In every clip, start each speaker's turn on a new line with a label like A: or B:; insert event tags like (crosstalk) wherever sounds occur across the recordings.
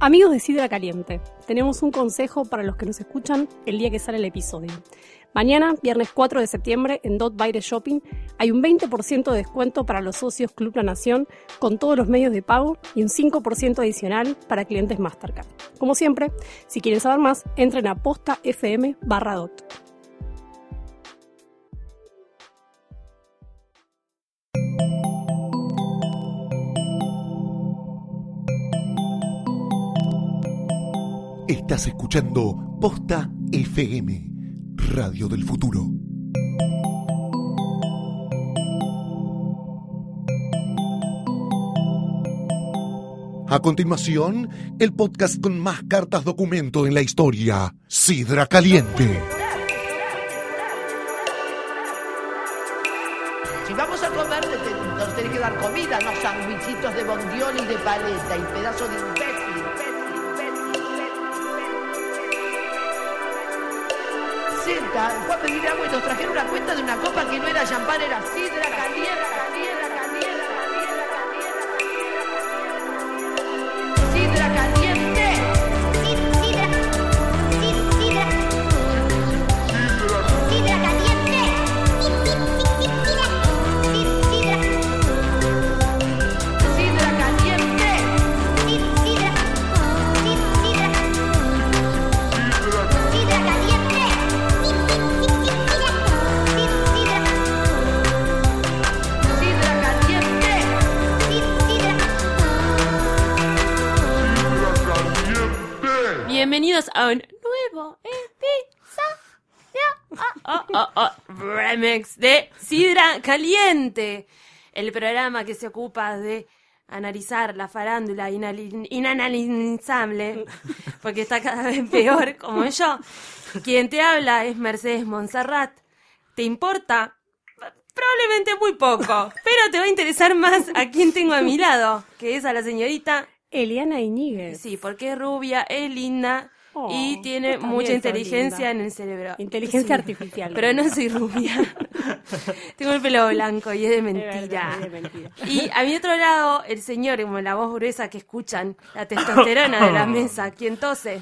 A: Amigos de Sidra Caliente, tenemos un consejo para los que nos escuchan el día que sale el episodio. Mañana, viernes 4 de septiembre, en Dot Baile Shopping hay un 20% de descuento para los socios Club La Nación con todos los medios de pago y un 5% adicional para clientes Mastercard. Como siempre, si quieren saber más, entren a postafm barra dot.
B: Estás escuchando Posta FM, Radio del Futuro. A continuación, el podcast con más cartas documento en la historia, Sidra Caliente.
C: Si vamos a comer, te- te- nos tenés que dar comida, no sandwichitos de bondiol y de paleta y pedazo de imbécil. imbécil, imbécil, imbécil. Senta, fue a pedir agua y nos trajeron una cuenta de una copa que no era champán, era sidra caliente, caliente, caliente, caliente, caliente. Sidra caliente. Sidra caliente. Sidra caliente.
D: Bienvenidos a un nuevo episodio oh, oh, oh, oh, remix de Sidra Caliente, el programa que se ocupa de analizar la farándula inali- inanalizable, porque está cada vez peor como yo. Quien te habla es Mercedes Monserrat. ¿Te importa? Probablemente muy poco, pero te va a interesar más a quien tengo a mi lado, que es a la señorita
A: Eliana Iñiguez.
D: Pues Sí, porque es rubia, es linda
A: Oh,
D: y tiene
A: vos también
D: mucha
A: sos
D: inteligencia
A: linda.
D: en el cerebro.
A: Inteligencia
D: Sí.
A: artificial.
D: Pero no
A: (laughs)
D: soy rubia. Tengo el pelo blanco y es de mentira.
A: Es verdad, es de mentira.
D: Y a mi otro lado, el señor, como la voz gruesa que escuchan, la testosterona de
E: (coughs)
D: la mesa, quien tose.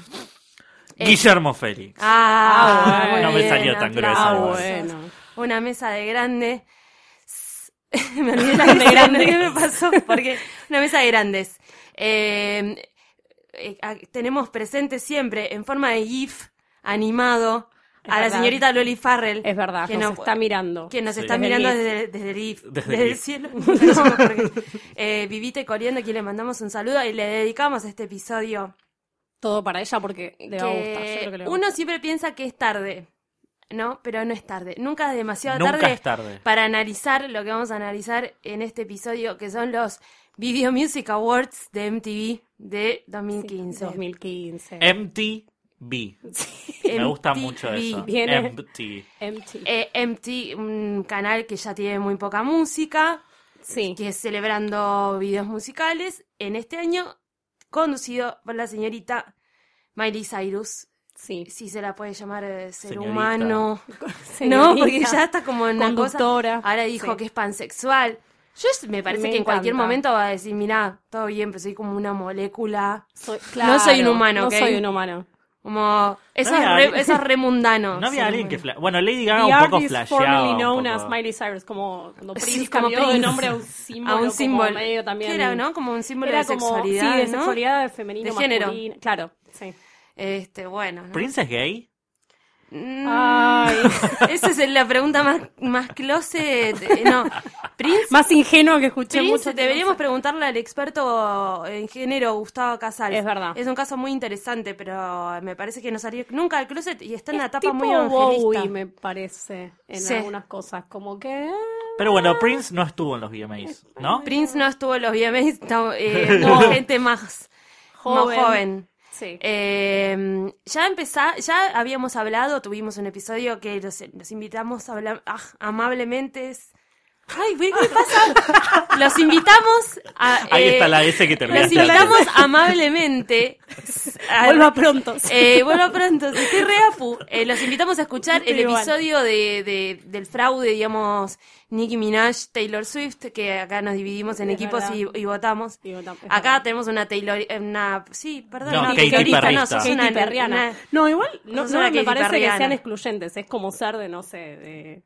D: Eh,
E: Guillermo Félix.
D: Ah,
A: Ah,
D: muy
A: no me
D: bien,
E: salió tan gruesa
A: Ah,
D: aplausos.
E: voz.
A: bueno.
D: Una mesa de grande. (laughs)
A: (laughs)
D: me olvidé la de grande. ¿Qué me pasó? Porque una mesa de grandes. Eh, eh, a- tenemos presente siempre en forma de GIF animado
A: Es
D: a
A: verdad.
D: la señorita Loli Farrell.
A: Es verdad,
D: que
A: nos está mirando.
D: Que nos
E: Sí.
D: está
A: Desde
D: mirando
A: el GIF.
D: desde, desde el GIF.
E: Desde
D: Desde,
E: el
D: el,
E: GIF.
D: cielo. (laughs) No sabemos
A: (laughs)
D: por qué. Eh, Vivite Corriendo, a quien le mandamos un saludo y le dedicamos este episodio
A: Todo para ella porque le va a
D: que
A: gustar. Yo creo que le va a
D: uno siempre piensa que es tarde, ¿no? Pero no es tarde. Nunca es demasiado
E: Nunca
D: tarde,
E: es tarde.
D: para analizar lo que vamos a analizar en este episodio, que son los Video Music Awards de MTV de 2015.
A: 2015.
E: MTV. Me gusta
D: MTV.
E: mucho eso.
A: Viene-
E: MT.
A: MT.
D: Eh, MT, un canal que ya tiene muy poca música,
A: sí.
D: que es celebrando videos musicales en este año, conducido por la señorita Miley Cyrus.
A: Sí.
D: Si se la puede llamar eh, ser
E: Señorita.
D: humano.
A: Señorita,
D: No, porque ya está como en una cosa.
A: conductora.
D: Ahora dijo
A: Ah, Sí.
D: que es pansexual. Yo es- me parece
A: Me
D: que en cualquier
A: encanta.
D: momento va a decir, mirá, todo bien, pero soy como una molécula.
A: Soy-
D: No soy un humano,
A: No
D: ¿ok?
A: soy un humemano.
D: Como, eso,
E: había
D: es,
E: alguien-
D: re, eso es re mundano.
E: No había
D: Sí,
E: alguien que
D: bueno.
E: fla- Bueno, Lady
A: The
E: Gaga un poco
A: artist
E: flasheaba.
A: formerly
E: un
A: known
E: poco.
A: as Miley Cyrus, como cuando Prince
D: Sí, como
A: cambió de
D: Prince.
A: nombre a un símbolo,
D: A un símbolo.
A: como medio también.
D: Que era, ¿no? Como un símbolo
A: Era
D: de
A: como,
D: sexualidad,
A: sí, de
D: ¿no?
A: sexualidad femenino,
D: De género.
A: masculino. Claro, sí.
D: Este, bueno. ¿no?
E: ¿Prince es gay?
D: Mm,
A: Ay.
D: (laughs) Esa es la pregunta más, más closet. eh, No, Prince
A: Más ingenuo que escuché
D: Prince,
A: mucho.
D: deberíamos preguntarle al experto en género Gustavo Casals.
A: Es verdad.
D: Es un caso muy interesante, pero me parece que no salió nunca al closet y está en la
A: Es
D: etapa
A: tipo
D: muy evangelista.
A: Bowie, me parece, en
D: Sí.
A: algunas cosas. Como que... ah,
E: Pero bueno, Prince no estuvo en los VMAs, ¿no?
D: Prince no estuvo en los VMAs, no,
E: (laughs)
D: eh, no, gente más joven.
A: Joven.
D: Más joven.
A: Sí.
D: Eh, ya empezá, ya habíamos hablado, tuvimos un episodio que los, los invitamos a hablar ah, amablemente. es- Ay, güey, ¿qué pasa? Los invitamos a.
E: Ahí
D: eh,
E: está la S que terminaste.
D: Los invitamos amablemente
A: Vuelva pronto. sí.
D: Eh, vuelva pronto, si estoy re apu. Eh, los invitamos a escuchar el
A: Estoy igual.
D: episodio de, de- del fraude, digamos, Nicki Minaj, Taylor Swift, que acá nos dividimos en
A: Es
D: equipos y,
A: verdad.
D: y votamos.
A: Digo, tam- es
D: Acá
A: verdad.
D: tenemos una Taylor, eh, una, sí, perdón,
E: No,
D: una
E: Katy
D: Taylorista,
E: Perrista.
D: no, sos
E: Katy
D: una
A: Katy Perriana.
D: una-
A: No, igual no,
D: sos
A: no
D: una
A: me
D: Katy
A: parece
D: Perriana.
A: que sean excluyentes. Es como ser de, no sé, de.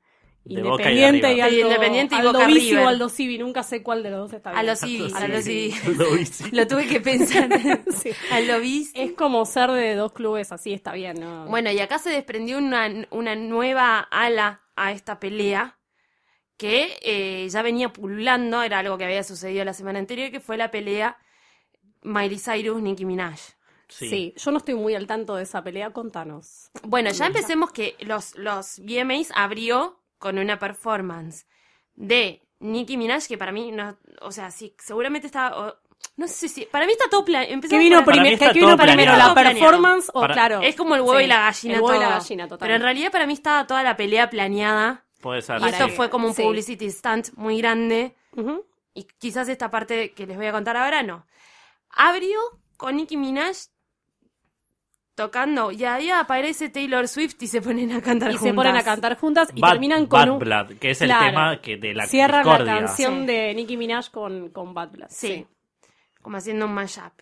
E: De Boca y
A: Independiente y,
E: arriba.
A: Aldo,
D: De Independiente y
A: Aldo
D: Boca
A: Vici
D: River.
A: o Aldo Civi, nunca sé cuál de los dos está bien.
D: A los civis, a los civis.
E: Lo hice.
D: Lo tuve
A: (laughs)
D: que pensar.
A: Sí.
D: A lo viste.
A: Es como ser de dos clubes así, está bien, ¿no?
D: Bueno, y acá se desprendió una, una nueva ala a esta pelea que eh, ya venía pululando, era algo que había sucedido la semana anterior, que fue la pelea Miley Cyrus-Nicki Minaj.
A: sí.
E: Sí.
A: yo no estoy muy al tanto de esa pelea, contanos.
D: Bueno, ya empecemos que los, los VMAs abrió con una performance de Nicki Minaj que para mí, no, o sea, sí, seguramente estaba... o- no sé si... Para mí está todo plan...
A: ¿Qué
D: empecemos
A: vino,
D: por-
E: Para mí
A: primer-
E: está
A: qué vino
E: todo
A: primero? ¿La
D: planeado.
A: performance o,
E: Para-
A: claro?
D: Es como el huevo
A: sí,
D: y la gallina.
A: El huevo y la
D: todo.
A: gallina, total.
D: Pero en realidad para mí estaba toda la pelea planeada.
E: Puede ser.
D: Y
A: Para
D: esto
A: que-
D: fue como un
A: sí.
D: publicity stunt muy grande.
A: Ujú.
D: Y quizás esta parte que les voy a contar ahora no. Abrió con Nicki Minaj tocando. Y ahí aparece Taylor Swift y se ponen a cantar
A: Y se
D: juntas.
A: ponen a cantar juntas y
E: Bad,
A: terminan con
E: Bad
A: un...
E: Blood, que es el
A: Claro.
E: tema que de la
A: Cierra
E: discordia.
A: la canción
D: Sí.
A: de Nicki Minaj con, con Bad Blood.
D: Sí. Como haciendo un mashup.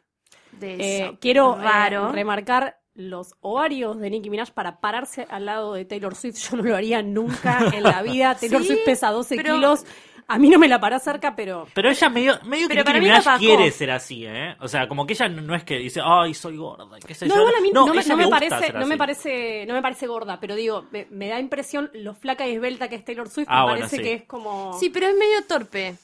D: De
A: Eh,
D: eso.
A: quiero eh,
D: Raro.
A: remarcar los ovarios de Nicki Minaj para pararse al lado de Taylor Swift. Yo no lo haría
D: (laughs)
A: nunca en la vida. Taylor
D: Sí,
A: Swift pesa 12
D: pero-
A: kilos. A mí no me la para cerca, pero
E: Pero ella medio, medio que
D: Pero para
E: Nicki
D: mí la
E: Minaj
D: bajó.
E: quiere ser así, ¿eh? O sea, como que ella no no es que dice, ay, soy gorda, qué sé
A: No,
E: yo.
A: igual a mí no, me,
E: ella
A: no me
E: le gusta
A: parece,
E: ser
A: no me
E: así.
A: parece, no me parece gorda, pero digo, me, me da impresión lo flaca y esbelta que es Taylor Swift,
E: Ah,
A: me
E: bueno,
A: parece
E: sí.
A: que es como
D: Sí, pero es medio torpe.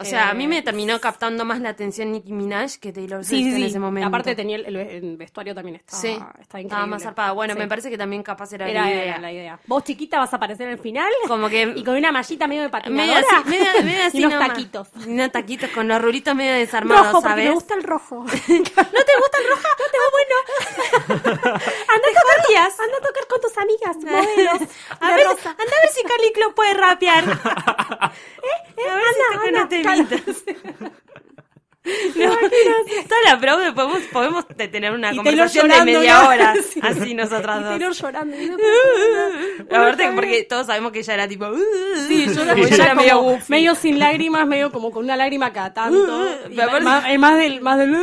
D: O sea, a mí
A: Eh,
D: me terminó captando más la atención Nicki Minaj que Taylor
A: Sí,
D: Swift
A: sí,
D: en
A: sí.
D: ese momento.
A: Aparte tenía el, el- el vestuario también está,
D: Sí,
A: está increíble.
D: estaba más zarpada. Bueno,
A: Sí.
D: me parece que también capaz era,
A: era
D: la
A: era
D: idea.
A: la idea. Vos chiquita vas a aparecer al final
D: Como que
A: y con una mallita medio de patinadora
D: Medio así,
A: (laughs)
D: medio, medio así
A: y unos
D: nomás.
A: taquitos.
D: Unos taquitos con los rulitos medio desarmados,
A: Rojo, porque
D: ¿sabes?
A: me gusta el (laughs) rojo. ¿No te gusta el rojo? No te (laughs) bueno. anda, a tocar, anda a tocar con tus amigas, (laughs) modelos.
D: (laughs) A
A: de
D: ver,
A: rosa.
D: anda a ver si Carly Clo
A: (laughs)
D: puede rapear. Eh, A ver si toca
A: este
D: una temita. (laughs) No,
A: (laughs)
D: toda la fraude podemos, podemos tener una
A: Y Taylor
D: conversación de
A: llorando,
D: media
A: ¿no?
D: hora.
A: (laughs) Sí.
D: Así nosotras dos.
A: Taylor llorando. (laughs) y no puedo creer.
D: (laughs) La
A: Una
D: verdad,
A: vez-
D: porque todos sabemos que ella era tipo.
A: Sí,
D: (laughs)
A: yo la
D: Ella
A: escuché
D: era
A: como
D: medio
A: medio,
D: goofy.
A: sin lágrimas, medio como con una lágrima cada tanto. (laughs)
D: Uh,
A: Y
D: me parece-
A: más, eh, más del... Más del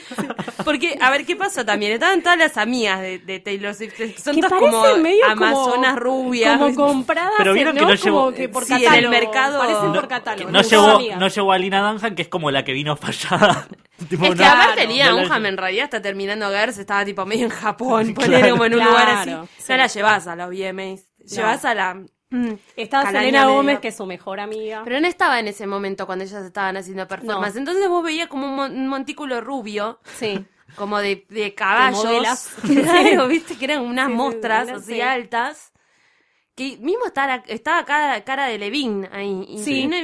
A: (laughs)
D: (laughs) Porque, a ver, ¿qué pasó también? Estaban todas las amigas de, de Taylor Swift. que Son
A: Que
D: todas
A: parecen
D: como
A: medio como-
D: amazonas rubias.
A: Como compradas,
E: Pero vieron
A: ¿no?
E: que no llevó-
A: como que por
D: Sí, en el
A: catálogo.
D: mercado-
A: Parecen
D: No,
A: por
E: Que
A: catálogo.
E: no,
A: son
E: llevó,
A: amigas.
E: no llevó a Lina Dunham, que es como la que
A: (laughs)
E: vino fallada. Tipo,
D: Es que
E: una-
A: Claro.
D: a ver tenía
E: No la
D: un
E: hizo.
D: Hamen Radio hasta terminando Gers, estaba tipo medio en
E: (laughs)
D: Japón, poner como en un
A: Claro,
D: lugar así.
A: sí.
D: No la llevas a los VMAs, llevas a la... mm,
A: Estaba
D: Calaña
A: Selena
D: medio.
A: Gómez, que es su mejor amiga.
D: Pero no estaba en ese momento cuando ellas estaban haciendo performance. Entonces vos veías como un, mon- un montículo rubio,
A: sí.
D: como de, de caballos.
A: modelas.
D: (laughs) Claro, viste que eran unas
A: Sí, sí,
D: mostras
A: modelas,
D: así
A: sí.
D: altas. Que mismo estaba, la- estaba cara, cara de Levin ahí. Y
A: Sí.
D: No,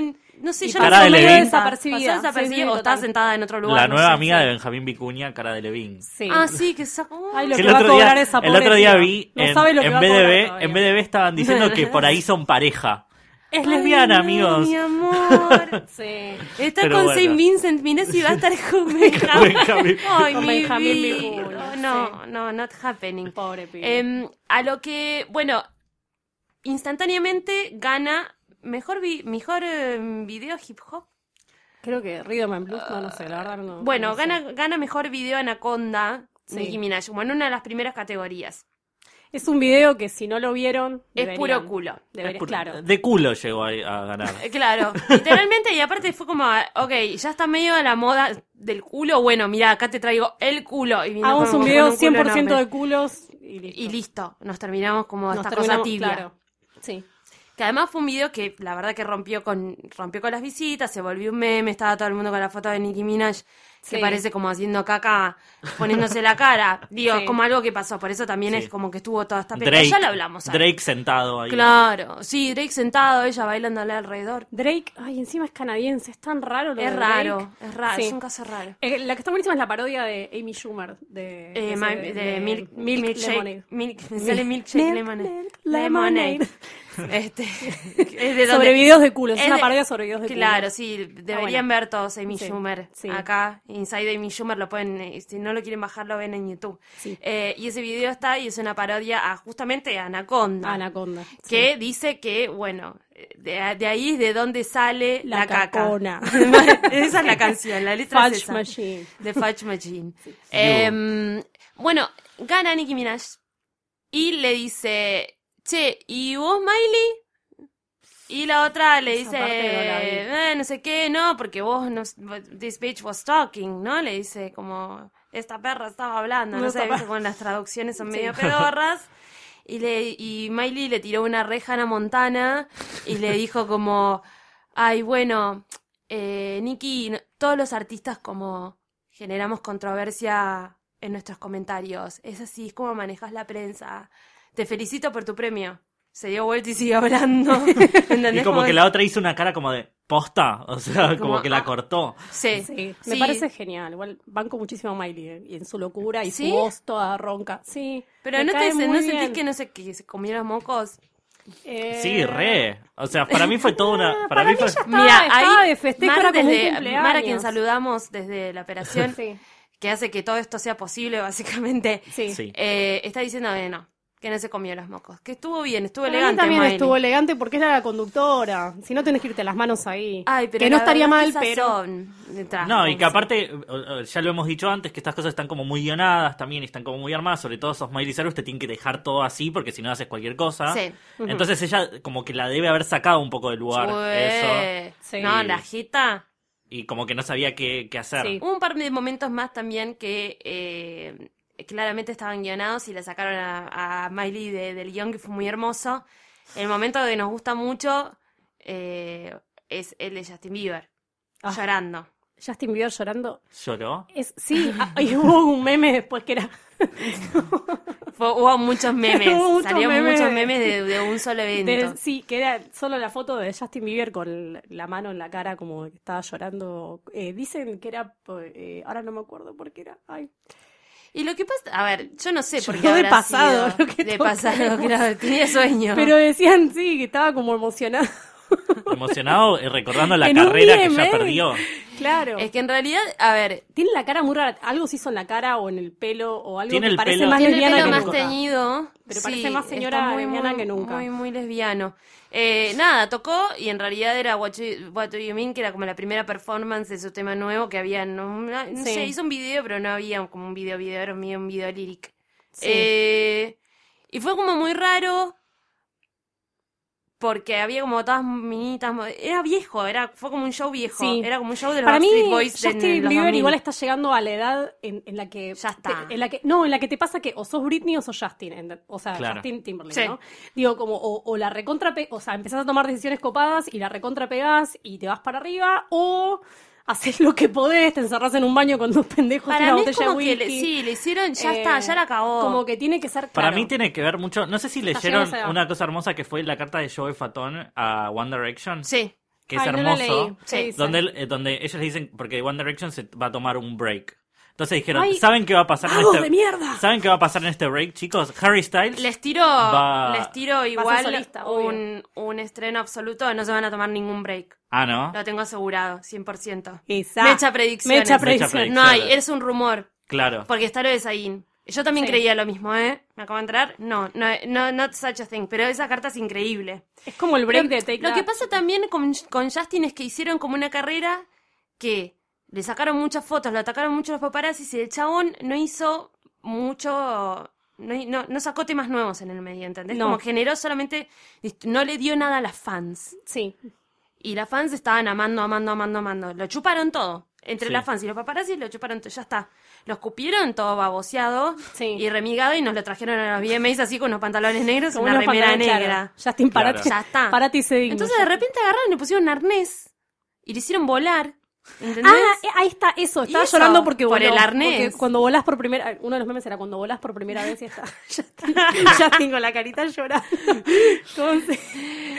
D: no sé,
A: Y
D: yo
E: cara
D: no sé,
E: de
D: medio
E: Levine.
A: Desapercibida.
D: Pasó desapercibida
A: Sí, sí,
D: o estaba
A: total.
D: sentada en otro lugar.
E: La
D: no
E: nueva
D: sé,
E: amiga
D: sí.
E: de Benjamín Vicuña, cara de Levin.
A: Sí.
D: Ah, sí, que sacó.
A: (laughs) Ay, lo
E: Que
A: que,
E: el,
A: va a
E: otro
A: cobrar
E: día,
A: esa
E: el
A: pobre
E: otro día
A: tía.
E: vi
A: No
E: en,
A: sabe lo que
E: en
A: va a cobrar
E: BDB,
A: todavía.
E: en BDB estaban diciendo que por ahí
A: (laughs)
E: son pareja. Es
D: Ay,
E: lesbiana,
D: no,
E: amigos.
D: Mi amor.
A: Sí.
D: (laughs) Está
E: Pero
D: con
E: bueno.
D: Saint Vincent, mirá si va a
E: (laughs)
D: estar con Benjamín.
E: Benjamín.
D: Ay,
A: Con
D: mi
A: Benjamín
D: vida.
A: Vicuña,
D: No, no, not happening.
A: Pobre pibe.
D: Em, a lo que, bueno, instantáneamente gana mejor, vi- mejor em, video hip hop.
A: Creo que Rhythm Blues, no, no sé, la verdad no.
D: Bueno,
A: Oh, no sé.
D: gana, gana mejor video Anaconda,
A: Sí.
D: Nicki Minaj, como en una de las primeras categorías.
A: Es un video que si no lo vieron.
D: Es
A: deberían.
D: puro culo.
A: Deberían,
E: Es por-
A: claro.
E: De culo llegó a, a ganar.
D: Eh, Claro, literalmente, y aparte fue como, ah, ok, ya está medio a la moda del culo, bueno, mira, acá te traigo el culo. Y vino
A: Hagamos
D: con-
A: un
D: con
A: video
D: culo
A: 100%
D: enorme.
A: de culos y listo.
D: Y listo, nos terminamos como
A: Nos
D: esta cosa
A: terminamos-
D: tibia.
A: Claro. Sí.
D: Que además fue un video que la verdad que rompió con rompió con las visitas, se volvió un meme, estaba todo el mundo con la foto de Nicki Minaj, que
A: Sí.
D: parece como haciendo caca, poniéndose la cara. Digo,
A: Sí.
D: es como algo que pasó, por eso también
E: Sí.
D: es como que estuvo toda esta pelea.
E: Drake,
D: Ya lo hablamos. ahí.
E: Drake sentado ahí.
D: Claro, sí, Drake sentado, ella bailándole alrededor.
A: Drake, ay, encima es canadiense, es tan raro lo de
D: Es
A: Drake.
D: raro, es raro,
A: Sí.
D: es un caso raro.
A: Eh, la que está buenísima es la parodia de Amy Schumer de,
D: Eh,
A: no sé,
D: ma- de, milk-
A: Milk
D: milkshake,
A: Lemonade.
D: milk- me sale
A: Milk-
D: milkshake
A: Milk-
D: lemonade.
A: Milk Lemonade. (laughs)
D: Este, es
A: Sobre
D: de donde-
A: videos de culo, es,
D: es
A: una
D: de-
A: parodia sobre videos de culo. Ah,
D: Claro, sí, deberían ver todos Amy
A: Sí,
D: Schumer
A: sí.
D: acá, Inside Amy Schumer, lo pueden, eh, si no lo quieren bajar, lo ven en YouTube.
A: Sí.
D: Eh, y ese video está y es una parodia a justamente a Anaconda,
A: Anaconda. sí.
D: que dice que, bueno, eh, de, de ahí es de donde sale la,
A: La
D: caca.
A: cacona.
D: (laughs) Esa
A: (laughs)
D: es la canción, la letra es
A: Fudge
D: esa.
A: Machine.
D: De Fudge Machine. Em, bueno, gana Nicki Minaj y le dice, che, ¿y vos, Miley? Y la otra le
A: Esa
D: dice,
A: parte no la vi.
D: "Eh, no sé qué, no, porque vos, no, this bitch was talking, ¿no? Le dice como, esta perra estaba hablando, no,
A: No,
D: sé,
A: esta
D: viste,
A: perra.
D: con las traducciones son
A: Sí.
D: medio pedorras. Y, le, y Miley le tiró una reja a Hannah Montana y le dijo como, ay, bueno, eh, Nicky, no- todos los artistas como generamos controversia en nuestros comentarios. Es así, es como manejas la prensa. Te felicito por tu premio. Se dio vuelta y sigue
E: (laughs)
D: hablando. ¿Entendés?
E: Y como
D: Como
E: que la otra hizo una cara como de posta, o sea, como,
D: Como,
E: que
D: ah.
E: la cortó.
D: Sí,
A: Sí, me
D: sí.
A: parece genial. Igual banco muchísimo a Miley eh, y en su locura y
D: ¿Sí?
A: su voz toda ronca. Sí.
D: Pero
A: me
D: no, te,
A: cae muy
D: no sentís
A: bien.
D: que no sé que se comió los mocos.
A: Eh,
E: Sí, re. O sea, para mí fue toda una. Para,
A: para
E: mí
A: mí
E: fue.
A: ya- Estaba- estaba de festejo,
D: Mar
A: era como un
D: desde-
A: cumpleaños.
D: Mar, a quien saludamos desde la operación,
A: (laughs) Sí,
D: que hace que todo esto sea posible, básicamente.
A: sí.
E: Sí.
D: Eh, está diciendo, eh, no, que no se comió los mocos. Que estuvo bien, estuvo
A: Para mí
D: elegante.
A: también
D: Miley.
A: estuvo elegante porque era la conductora. Si no tenés que irte las manos ahí.
D: Ay, pero
A: que no
D: la
A: estaría
D: verdad
A: mal,
D: es que esas
A: pero.
D: son de trabajo,
E: No, y
D: sí.
E: que aparte, o- o- ya lo hemos dicho antes, que estas cosas están como muy guionadas también, y están como muy armadas, sobre todo esos Miley Cyrus te tienen que dejar todo así porque si no haces cualquier cosa.
D: Sí.
E: Entonces ella como que la debe haber sacado un poco del lugar, eso,
D: Ué.
A: Sí.
D: No, la jeta.
E: y como que no sabía qué, qué hacer.
A: Sí.
D: Un par de momentos más también que eh, claramente estaban guionados y la sacaron a, a Miley de- del guión, que fue muy hermoso. El momento que nos gusta mucho eh, es el de Justin Bieber,
A: Ah.
D: llorando.
A: Justin Bieber llorando.
E: Lloró. (laughs)
A: Es, sí, (laughs) ah, y hubo un meme después que era.
D: Fue- hubo
A: (laughs)
D: muchos memes,
A: Hubo muchos
D: salieron
A: memes.
D: muchos memes de, de un solo
A: de-
D: evento.
A: sí, que era solo la foto de Justin Bieber con la mano en la cara, como que estaba llorando. Eh, dicen que era. por- eh, ahora no me acuerdo por qué era. Ay.
D: Y lo que pasa, a ver, yo no sé por
A: Yo
D: qué
A: de
D: habrá
A: pasado, (laughs)
D: sido.
A: lo que
D: de
A: toca.
D: pasado, claro, tenía sueño.
A: Pero decían, sí, que estaba como (laughs) emocionado.
E: Emocionado y recordando la
A: En un
E: carrera que
A: VMA.
E: ya perdió.
A: Claro.
D: es que en realidad, a ver,
A: Tiene la cara muy rara. Algo se hizo en la cara o en el pelo o algo
E: Tiene
A: que
E: el
A: parece
E: pelo-
A: más
D: Tiene el
A: Ah, lesbiana
D: pelo
A: que
D: más
A: nunca.
D: teñido.
A: Pero
D: sí,
A: parece más
D: está
A: señora
D: muy,
A: lesbiana
D: muy,
A: que nunca.
D: Muy, muy lesbiano. Eh, nada, tocó y en realidad era What, You- What Do You Mean, que era como la primera performance de su tema nuevo que había. No, no
A: Sí.
D: sé, hizo un video, pero no había como un video, video, era medio un video líric.
A: Sí.
D: Eh, y fue como muy raro. Porque había como todas minitas. mo- Era viejo, era, fue como un show viejo.
A: Sí.
D: Era como un show de los
A: Para mí,
D: Backstreet Boys en- en
A: Justin
D: los
A: Bieber
D: 2000.
A: igual está llegando a la edad en, en la que.
D: Ya está.
A: te- en la que, no, en la que te pasa que o sos Britney o sos Justin. ent- o sea,
E: Claro.
A: Justin Timberlake,
D: Sí.
A: ¿no? Digo, como, o, o la recontra. pe- O sea, empezás a tomar decisiones copadas y la recontra pegás y te vas para arriba, o haces lo que podés, te encerrás en un baño con dos pendejos y
D: Para
A: una
D: mí es
A: botella
D: como
A: de
D: que
A: whisky.
D: le, sí, le hicieron, ya
A: Eh,
D: está, ya la acabó.
A: Como que tiene que ser.
E: Para
A: claro.
E: mí tiene que ver mucho, no sé si
A: Está
E: leyeron
A: llegando a esa edad.
E: una cosa hermosa que fue la carta de Joey Fatón a One Direction,
D: Sí.
E: que es
A: Ay, no la
E: hermoso.
A: leí. ¿Qué
D: Sí,
A: dice?
E: donde, él- eh, donde ellos le dicen, porque One Direction se va a tomar un break. Entonces dijeron,
A: Ay,
E: ¿saben qué va a pasar en
A: ¡Vagos de
E: este
A: mierda!
E: ¿Saben qué va a pasar en este break, chicos? Harry Styles.
D: Les tiro,
E: Va-
D: les tiro
A: ser
D: igual
A: solista, obvio.
D: un, un estreno absoluto, no se van a tomar ningún break.
E: Ah, ¿no?
D: Lo tengo asegurado, 100%.
A: Esa.
D: Mecha predicciones.
A: Mecha
E: predicciones.
A: predicción.
D: No hay, es un rumor,
E: Claro.
D: porque está lo de Zayn. Yo también
A: Sí.
D: creía lo mismo, ¿eh? ¿Me acabo de entrar? No, no, no, not such a thing, pero esa carta es increíble.
A: Es como el break
D: Pero
A: de Take
D: Lo
A: That.
D: que pasa también con, con Justin es que hicieron como una carrera que le sacaron muchas fotos, lo atacaron mucho los paparazzis y el chabón no hizo mucho. No, hi- no, no sacó temas nuevos en el medio, ¿entendés?
A: No.
D: Como generó solamente. No le dio nada a las fans.
A: Sí.
D: Y las fans estaban amando, amando, amando, amando. Lo chuparon todo. Entre
E: Sí.
D: las fans y los paparazzis lo chuparon todo. Ya está. Los cupieron todo baboseado
A: Sí.
D: y remigado y nos lo trajeron a los VMAs así con unos pantalones negros y
A: Como
D: una
A: unos
D: remera
A: pantalones,
D: negra.
A: claro. Justin, parate.
E: Claro.
D: Ya
A: (laughs)
D: está.
A: Parate y se digno.
D: Entonces de repente agarraron y le pusieron un arnés y le
A: (laughs)
D: hicieron volar. ¿Entendés?
A: Ah, eh, ahí está, eso.
D: ¿Y
A: Estaba
D: eso?
A: llorando porque
D: Por
A: voló,
D: el arnés.
A: porque cuando volás por primera uno de los memes era cuando volás por primera vez y
D: (laughs)
A: está Justin, Justin con la carita llorando. Entonces,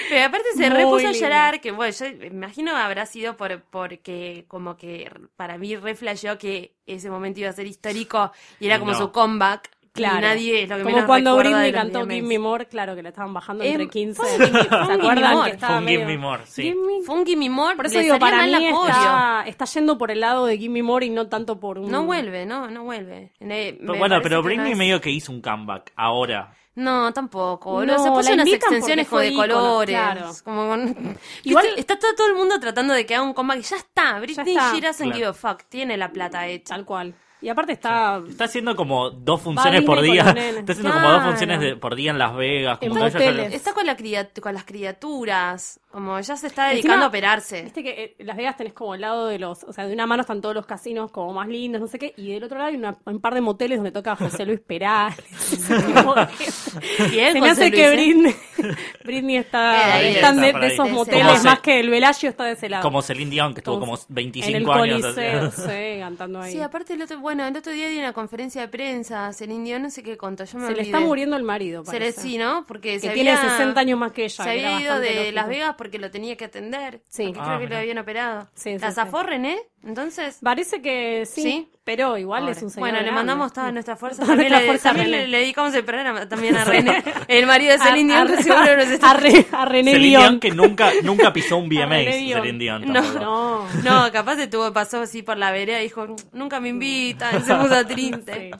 D: Pero aparte se
A: Muy
D: repuso a
A: lindo.
D: llorar, que bueno, yo me imagino habrá sido por porque como que para mí reflejó que ese momento iba a ser histórico y era como
E: No.
D: su comeback. Y nadie es lo que
A: Como
D: menos
A: cuando
D: recuerda
A: Britney
D: de los
A: cantó
D: DMAs.
A: Give Me More, claro que la estaban bajando
D: Eh,
A: entre 15.
D: fue un
A: ¿Se
D: Gimme- fue un Gimme
A: acuerdan
D: More.
A: que
E: Fue
A: estaba
E: un Give
A: medio-
E: Me More, sí.
A: Give me-
D: Funky Mimor,
A: Por eso digo, para mí
D: la polio.
A: está, está yendo por el lado de Give Me More y no tanto por un...
D: No vuelve, no, no vuelve. Eh,
E: Pero
D: me
E: bueno,
D: parece
E: pero
D: que no
E: Britney
D: es-
E: medio que hizo un comeback ahora.
D: No, tampoco. boludo.
A: No,
D: se puso
A: la
D: unas
A: invitan
D: extensiones como
A: porque
D: de
A: fue ícono,
D: colores.
A: claro.
D: Como con-
A: (laughs) Igual-
D: Viste, está todo, todo el mundo tratando de que haga un comeback. y Ya está. Britney
A: está.
D: She doesn't
E: Claro.
D: give a fuck. Tiene la plata hecha.
A: Tal cual. Y aparte está...
E: Está haciendo como dos funciones
A: Britney
E: por
A: con
E: día. (laughs)
A: los nenes.
E: Está haciendo como dos
D: Claro.
E: funciones de- por día en Las Vegas. Como
A: En
E: que ella ya lo-
A: moteles.
D: Está con, la criat- con las criaturas. Como ya se está
A: Encima,
D: dedicando
A: (laughs)
D: a operarse.
A: Viste que eh, en Las Vegas tenés como el lado de los... O sea, de una mano están todos los casinos como más lindos, no sé qué. Y del otro lado hay una- un par de moteles donde toca José Luis Perales. (laughs) ese tipo de gente.
D: Bien,
A: Se me hace
D: José
A: que
D: Luis, ¿eh?
A: Britney, (laughs) Britney está,
D: Eh, ahí
A: están
E: está,
A: de,
E: por
A: de
E: ahí.
A: esos
D: Como
A: moteles
E: se-
A: más que el Velagio está de ese lado.
E: Como Celine Dion, que estuvo como
A: en el
E: 25 años.
A: Coliseo,
E: (laughs)
A: sí, cantando ahí.
D: Sí, aparte el otro, bueno, el otro día di una conferencia de prensa, el indio no sé qué contó, yo me
A: se le
D: olvidé.
A: está muriendo el marido,
D: Se le-
A: parece.
D: sí, ¿no? Porque
A: que
D: se
A: tiene
D: había-
A: 60 años más que ella.
D: se
A: que era
D: había ido
A: bastante
D: de
A: lógico.
D: Las Vegas porque lo tenía que atender.
A: Sí.
D: Porque
E: Ah,
D: creo que lo
E: mirá.
D: habían operado.
A: Sí, sí,
D: la
A: sí.
D: zafó René, entonces.
A: Parece que sí,
D: Sí.
A: pero igual es un señor
D: bueno, le
A: grande. Mm.
D: mandamos toda nuestra fuerza.
A: Toda
D: También,
A: nuestra
D: le,
A: fuerza a
D: también
A: René.
D: le- le dedicamos el programa también a
A: (laughs)
D: René. El marido de
A: A-
D: Celine
A: a-
D: Dion que (laughs) seguro nos
A: (laughs)
D: está
A: a, Re- a René
E: Celine
A: Dion.
E: Dion que nunca, nunca
A: (laughs)
E: pisó un
A: A
E: BMA,
A: René Dion.
E: Celine Dion.
D: No,
E: tampoco.
A: No.
D: No, capaz estuvo, pasó así por la vereda y dijo, nunca me invitan, se puso
A: (laughs)
D: triste.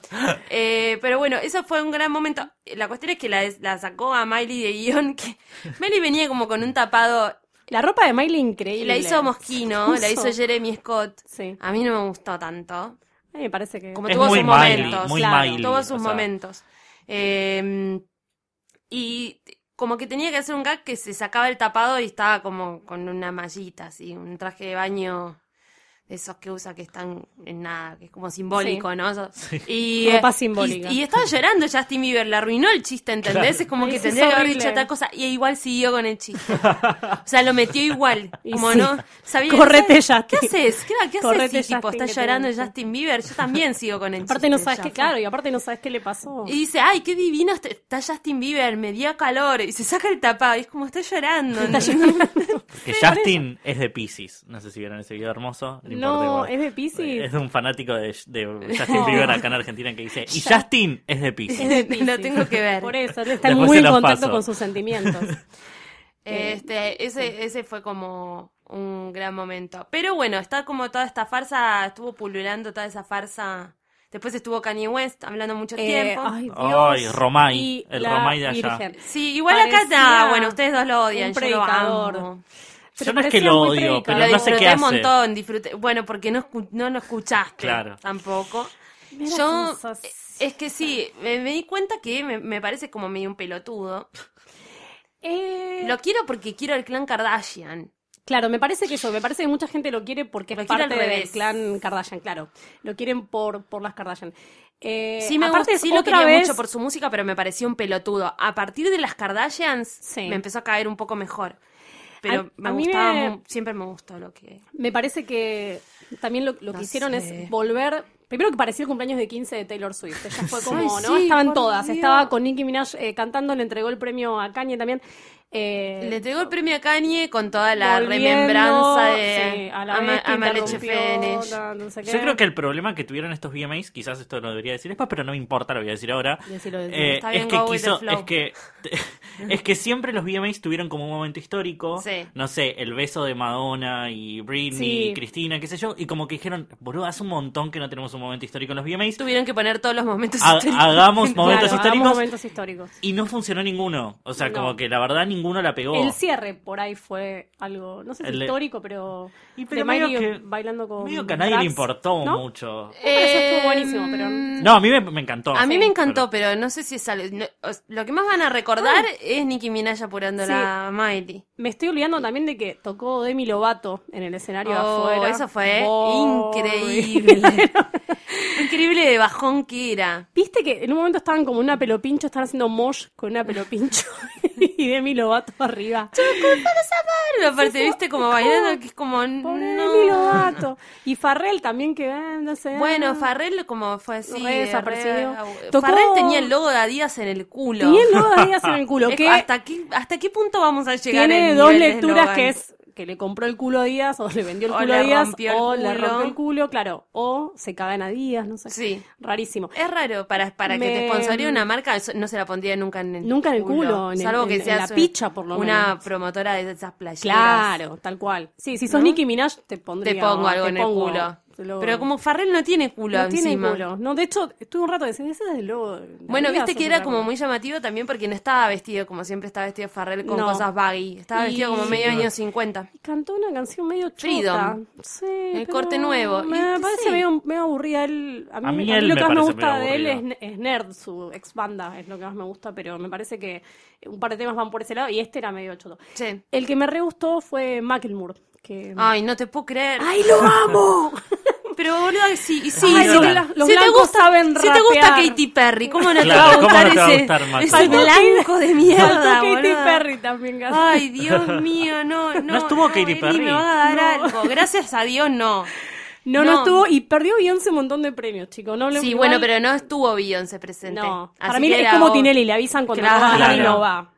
D: Eh, pero bueno, eso fue un gran momento. La cuestión es que la, la sacó a Miley de guión, (laughs) que Miley venía como con un tapado,
A: La ropa de Miley increíble.
D: la hizo Mosquino,
A: Se
D: la
A: puso-
D: hizo Jeremy Scott.
A: Sí.
D: A mí no me gustó tanto.
A: A mí me parece que.
D: Como
E: Es
D: tuvo
E: muy
D: sus
E: Miley,
D: momentos,
E: muy
D: claro,
E: Miley,
D: tuvo
E: o
D: sus
E: sea.
D: momentos. Eh, y como que tenía que hacer un gag que se sacaba el tapado y estaba como con una mallita, así, un traje de baño de esos que usa que están en nada, que es como simbólico, ¿no? Eso- Y,
A: Ropa
D: eh,
A: simbólica.
D: Y, y estaba llorando Justin Bieber, le arruinó el chiste, ¿entendés?
E: Claro.
D: Es como
A: Ay,
D: que
A: eso
D: tendría
A: es
D: que haber
A: horrible.
D: dicho otra cosa y igual siguió con el
A: (laughs)
D: chiste. O sea, lo metió igual,
A: Y
D: como
A: sí.
D: no sabía.
A: Correte,
D: ¿sabes? ¿Qué
A: Justin.
D: haces? ¿Qué, qué haces?
A: Correte,
D: Y, tipo,
A: Justin,
D: está
A: que te
D: llorando
A: gusta.
D: Justin Bieber. Yo también sigo con el
A: Aparte no
D: chiste,
A: sabes
D: ya
A: qué,
D: fue.
A: claro, y aparte no sabes qué le pasó.
D: Y dice, ay, qué divino está- está Justin Bieber, me dio calor. Y se saca el tapado y es como, está llorando. ¿entendés? (laughs)
E: Que Justin es de Pisces. No sé si vieron ese video hermoso. le
A: No,
E: importa igual.
A: ¿es de Piscis?
E: Es de un fanático de,
A: (laughs)
E: de Justin Bieber acá en Argentina que dice: Y Justin es de
A: Es
E: Pisces.
A: de
D: Lo
A: Piscis.
D: tengo que ver.
A: Por eso, él está
E: Después
A: muy
E: se
A: en
E: los
A: contacto
E: paso.
A: con sus
D: (laughs)
A: sentimientos.
D: Este, ese, ese fue como un gran momento. Pero bueno, está como toda esta farsa, estuvo pululando toda esa farsa. Después estuvo Kanye West hablando mucho
A: Eh,
D: tiempo.
A: ay, Dios.
E: Ay, Romay,
A: Y
E: el
A: la
E: Romay de allá.
A: Virgen.
D: Sí, igual acá está.
A: Parecía
D: Bueno, ustedes dos lo odian,
A: un
D: yo lo
A: predicador.
D: amo.
E: Yo
A: Pero
E: no es que
A: parecía
E: lo
A: muy
E: odio,
A: predicador.
E: pero
D: lo
E: no sé
D: disfruté
E: qué hace.
D: un montón, disfruté. Bueno, porque no, escu- no lo escuchaste
E: Claro.
D: tampoco.
A: Me da
D: Yo, eh,
A: sensación.
D: es que sí, me, me di cuenta que me, me parece como medio un pelotudo.
A: Eh,
D: Lo quiero porque quiero el clan Kardashian.
A: Claro, me parece que eso, me parece que mucha gente lo quiere porque
D: Lo
A: es
D: quiere
A: parte
D: al revés.
A: del clan Kardashian, claro. Lo quieren por, por las Kardashian. Eh,
D: Sí, me
A: aparte
D: gusta,
A: es
D: sí lo
A: otra
D: quería
A: vez,
D: mucho por su música, pero me pareció un pelotudo. A partir de las Kardashians,
A: Sí.
D: me empezó a caer un poco mejor.
A: A-
D: Pero me
A: a mí
D: gustaba,
A: me-
D: mu- siempre me gustó lo que...
A: Me parece que también lo, lo
D: No
A: que hicieron
D: sé.
A: es volver. Primero que parecía el cumpleaños de 15 de Taylor Swift. Ella fue como,
D: Ay,
A: ¿no?
D: sí,
A: Estaban
D: por
A: todas.
D: Dios.
A: Estaba con Nicki Minaj eh, cantando, le entregó el premio a Kanye también. Eh,
D: Le entregó el premio a Kanye con toda la
A: volviendo,
D: remembranza de
A: sí, a la
D: Ama-
A: vez que
D: Ama Leche
A: interrumpió,
D: Fenish.
A: no, no sé
E: Yo
A: qué.
E: creo que el problema que tuvieron estos VMAs, quizás esto lo debería decir después, pero no me importa, lo voy a decir ahora.
A: Decilo, decilo.
E: Eh,
D: Está
E: es
D: bien,
E: que
D: go with the
E: quiso-
D: flow.
E: es que (laughs) es que siempre los VMAs tuvieron como un momento histórico,
D: Sí.
E: no sé, el beso de Madonna y Britney
A: Sí.
E: y Cristina, qué sé yo, y como que dijeron, boludo, hace un montón que no tenemos un momento histórico en los VMAs,
D: Tuvieron que poner todos los momentos (laughs)
E: ha-
D: históricos.
A: (laughs)
E: hagamos momentos
A: Claro, hagamos
E: históricos
A: momentos históricos.
E: y no funcionó ninguno, o sea,
A: No.
E: como que la verdad ninguno la pegó.
A: El cierre por ahí fue algo, no sé si
E: El de-
A: histórico, pero.
E: Y
A: de
E: pero
A: Miley
E: medio que-
A: bailando con.
E: Medio que a nadie le
A: drags,
E: importó
A: ¿no?
E: mucho.
A: Me pareció
D: Em,
A: que estuvo buenísimo, pero.
E: No, a mí me, me encantó.
D: A mí
E: Sí,
D: me encantó, pero no sé si es algo... no- os- lo que más van a recordar es Nicki Minaj apurando
A: Sí.
D: la Miley.
A: Me estoy olvidando también de que tocó Demi Lovato en el escenario de
D: Oh,
A: afuera.
D: eso fue
A: Oh,
D: (laughs) increíble. increíble de bajón que era.
A: (laughs) Viste que en un momento estaban como una pelopincho, estaban haciendo mosh con una pelopincho (laughs) y Demi Lovato arriba.
D: Pero aparte, viste, como bailando, que es como.
A: Pobre
D: no.
A: Demi Lovato. Y Farrell también que ah, no sé.
D: Bueno, Farrell, como fue así.
A: Re desaparecido.
D: re-
A: Tocó-
D: Farrell tenía el logo de Adidas en el culo.
A: Tenía el logo de Adidas en el culo.
D: (laughs) Es-
A: que
D: ¿Hasta, qué, ¿Hasta qué punto vamos a llegar?
A: Tiene
D: en
A: dos
D: nivel de
A: lecturas
D: eslogan?
A: que es que le compró el culo a Díaz o le vendió el
D: O
A: culo a
D: le
A: Díaz
D: rompió el
A: o le
D: culo.
A: rompió el culo, claro, o se cagan a Díaz, no sé.
D: Sí.
A: Rarísimo.
D: Es raro, para, para que te
A: Me- mm.
D: sponsoree una marca, eso no se la pondría nunca en el
A: Nunca en el culo, en el-
D: salvo que
A: en- en
D: seas
A: la
D: un-
A: picha, por lo
D: una
A: menos.
D: promotora de esas playeras.
A: Claro, tal cual. Sí, si sos
D: ¿No?
A: Nicki Minaj te pondría
D: Te pongo algo
A: te
D: en el
A: pongo-
D: culo.
A: te lo-
D: Pero como Farrell no tiene culo
A: no tiene
D: encima.
A: culo. No, de hecho, estuve un rato diciendo, ese desde luego.
D: Bueno,
A: Adidas
D: viste
A: o
D: que era
A: otra
D: como
A: cosa".
D: muy llamativo también porque no estaba vestido como siempre estaba vestido Farrell con
A: No.
D: cosas baggy. Estaba
A: Y-
D: vestido como medio
E: Sí.
D: años 50.
A: Y cantó una canción medio chota.
D: Freedom.
A: Sí,
D: El
A: pero
D: corte nuevo. Y-
A: Me parece
D: sí.
A: medio, medio aburrida. Él, a mí,
E: A mí
A: a mí
E: él
A: lo
E: me
A: que más me
E: parece
A: gusta
E: medio
A: de él es,
E: aburrido.
A: es Nerd, su ex banda, es lo que más me gusta, pero me parece que un par de temas van por ese lado y este era medio choto.
D: Sí.
A: El que me re gustó fue Macklemore. Que...
D: Ay, no te puedo creer.
A: ¡Ay,
D: (laughs)
A: lo amo!
D: Pero boludo, sí, sí,
E: Ay,
D: sí.
E: los
D: Si
E: bla-
A: los
D: te
A: blancos
D: gusta-
A: saben
D: Si te gusta
A: rapear.
D: Katy Perry, ¿cómo no
E: Claro,
D: te
E: ¿cómo
D: va a
E: no te va a
D: gustar
E: gustar,
D: ese,
E: Maxi?
D: ese blanco
A: (laughs)
D: de
A: Faltó
D: mierda,
A: Katy
D: boluda?
A: Perry también. casi. (laughs)
D: Ay, Dios mío, no, no.
E: ¿No estuvo Katy
D: Eli,
E: Perry?
D: Me va a dar
A: No.
D: algo. Gracias a Dios, no.
A: no, no,
D: no.
A: estuvo y perdió Beyoncé un montón de premios, chicos. No,
D: Sí,
A: igual-
D: bueno, pero no estuvo Beyoncé presente.
A: No,
D: Así
A: para mí
D: que
A: es
D: era
A: como
D: ob-
A: Tinelli, le avisan cuando
D: Claro.
A: va a ganar y no
E: Claro.
A: va.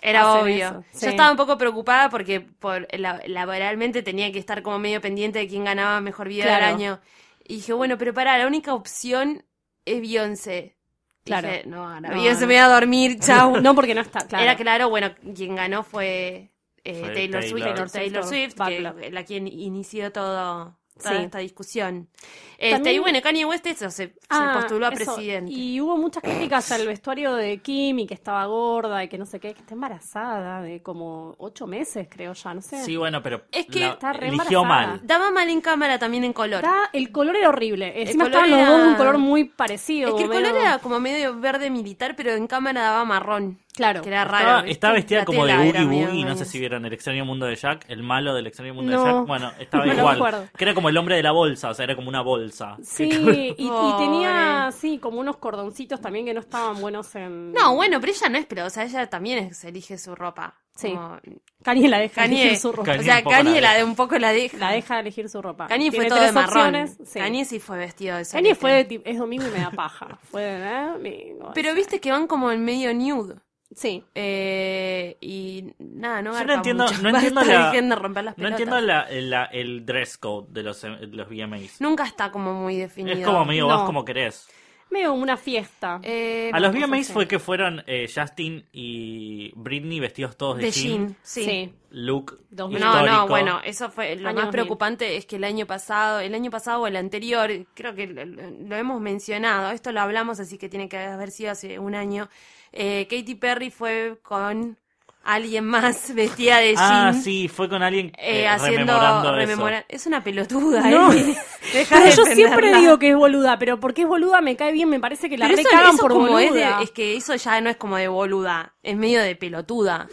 D: Era
A: hacen
D: obvio.
A: eso, sí.
D: Yo estaba un poco preocupada porque por la- laboralmente tenía que estar como medio pendiente de quién ganaba mejor video
A: Claro.
D: del año. Y dije, bueno, pero pará, la única opción es Beyoncé.
A: Claro.
D: Dije, no, ahora
A: No,
D: Beyoncé
A: no.
D: me voy a dormir, chau.
A: No, porque no está, claro.
D: Era claro, bueno, quien ganó fue, eh,
E: Fue
D: Taylor, Swift, Taylor,
E: Taylor.
D: Taylor Swift,
A: Butler.
D: que, la quien inició todo, toda
A: Sí.
D: esta discusión. Este,
A: También-
D: Y bueno, Kanye West eso, se, se
A: Ah,
D: postuló a
A: eso.
D: presidente.
A: Y hubo muchas críticas al vestuario de Kim y que estaba gorda y que no sé qué, que está embarazada de como ocho meses, creo ya, no sé.
E: Sí, bueno, pero
D: Es que
E: la-
A: Está re
E: eligió
A: embarazada.
E: mal.
D: Daba mal en cámara también en color.
A: Está- el color era horrible. Encima
D: color
A: estaban los dos de un
D: era-
A: color muy parecido.
D: Es que el
A: medio-
D: color era como medio verde militar, pero en cámara daba marrón.
A: Claro.
D: Que era raro.
E: Estaba,
D: ¿viste?
E: estaba vestida
D: La
E: como de
D: tela era
E: Boogie
D: medio
E: Boogie, no sé
D: mañosa.
E: si vieron El extraño mundo de Jack, el malo del extraño mundo
A: No,
E: de Jack. Bueno, estaba
D: (laughs)
A: no lo
E: igual.
A: recuerdo.
E: Que era como el hombre de la bolsa, o sea, era como una bolsa.
A: Sí, y, y
D: Pobre.
A: tenía, sí, como unos cordoncitos también que no estaban buenos en...
D: No, bueno, pero ella no es pero, o sea, ella también es- se elige su ropa.
A: Sí.
D: Como-
A: Kanye la deja
D: Kanye.
A: elegir su ropa.
E: Kanye
D: o sea,
E: un poco la
D: Kanye la
E: deja.
D: de un poco la deja.
A: La deja elegir su ropa.
D: Kanye fue
A: Tiene
D: todo de
A: tres
D: marrón.
A: opciones, sí.
D: Kanye sí fue vestido de eso.
A: Kanye fue, de tip- es domingo y me da
D: (laughs)
A: paja. Fue de, eh, mi-
D: Pero viste que van como en medio nude.
A: Sí.
D: Eh, y nada, no
E: Yo no
D: garpa
E: entiendo-
D: mucho. (laughs)
E: no entiendo
D: Basta,
E: la-
D: dejen de romper las
E: No
D: pelotas.
E: entiendo la- la- el dress code de los, de los VMAs.
D: Nunca está como muy definido.
E: es como medio vas
A: No.
E: como querés.
A: Medio una fiesta.
D: Eh,
E: A
D: no
E: los
D: sé
E: VMAs
D: qué.
E: fue que fueron eh, Justin y Britney vestidos todos de,
D: de
E: jean.
D: jean. Sí.
A: sí.
E: Look
A: Dos mil.
E: histórico.
D: No, no, bueno, eso fue lo
A: Año
D: más
A: 2000.
D: preocupante es que el año pasado, el año pasado o el anterior, creo que lo, lo hemos mencionado, esto lo hablamos, así que tiene que haber sido hace un año. Eh, Katy Perry fue con alguien más vestida de
E: Ah,
D: jean.
E: sí, fue con alguien
D: eh,
E: eh,
D: haciendo
E: rememorando eso.
D: rememora- es una pelotuda
A: No.
D: Eli. (laughs) Deja
A: Pero
D: de
A: yo siempre
D: defenderla.
A: digo que es boluda, pero porque es boluda me cae bien, me parece que la
D: Pero eso-
A: recagan
D: eso
A: por
D: como
A: boluda.
D: es, de- es que eso ya no es como de boluda, es medio de (laughs) pelotuda.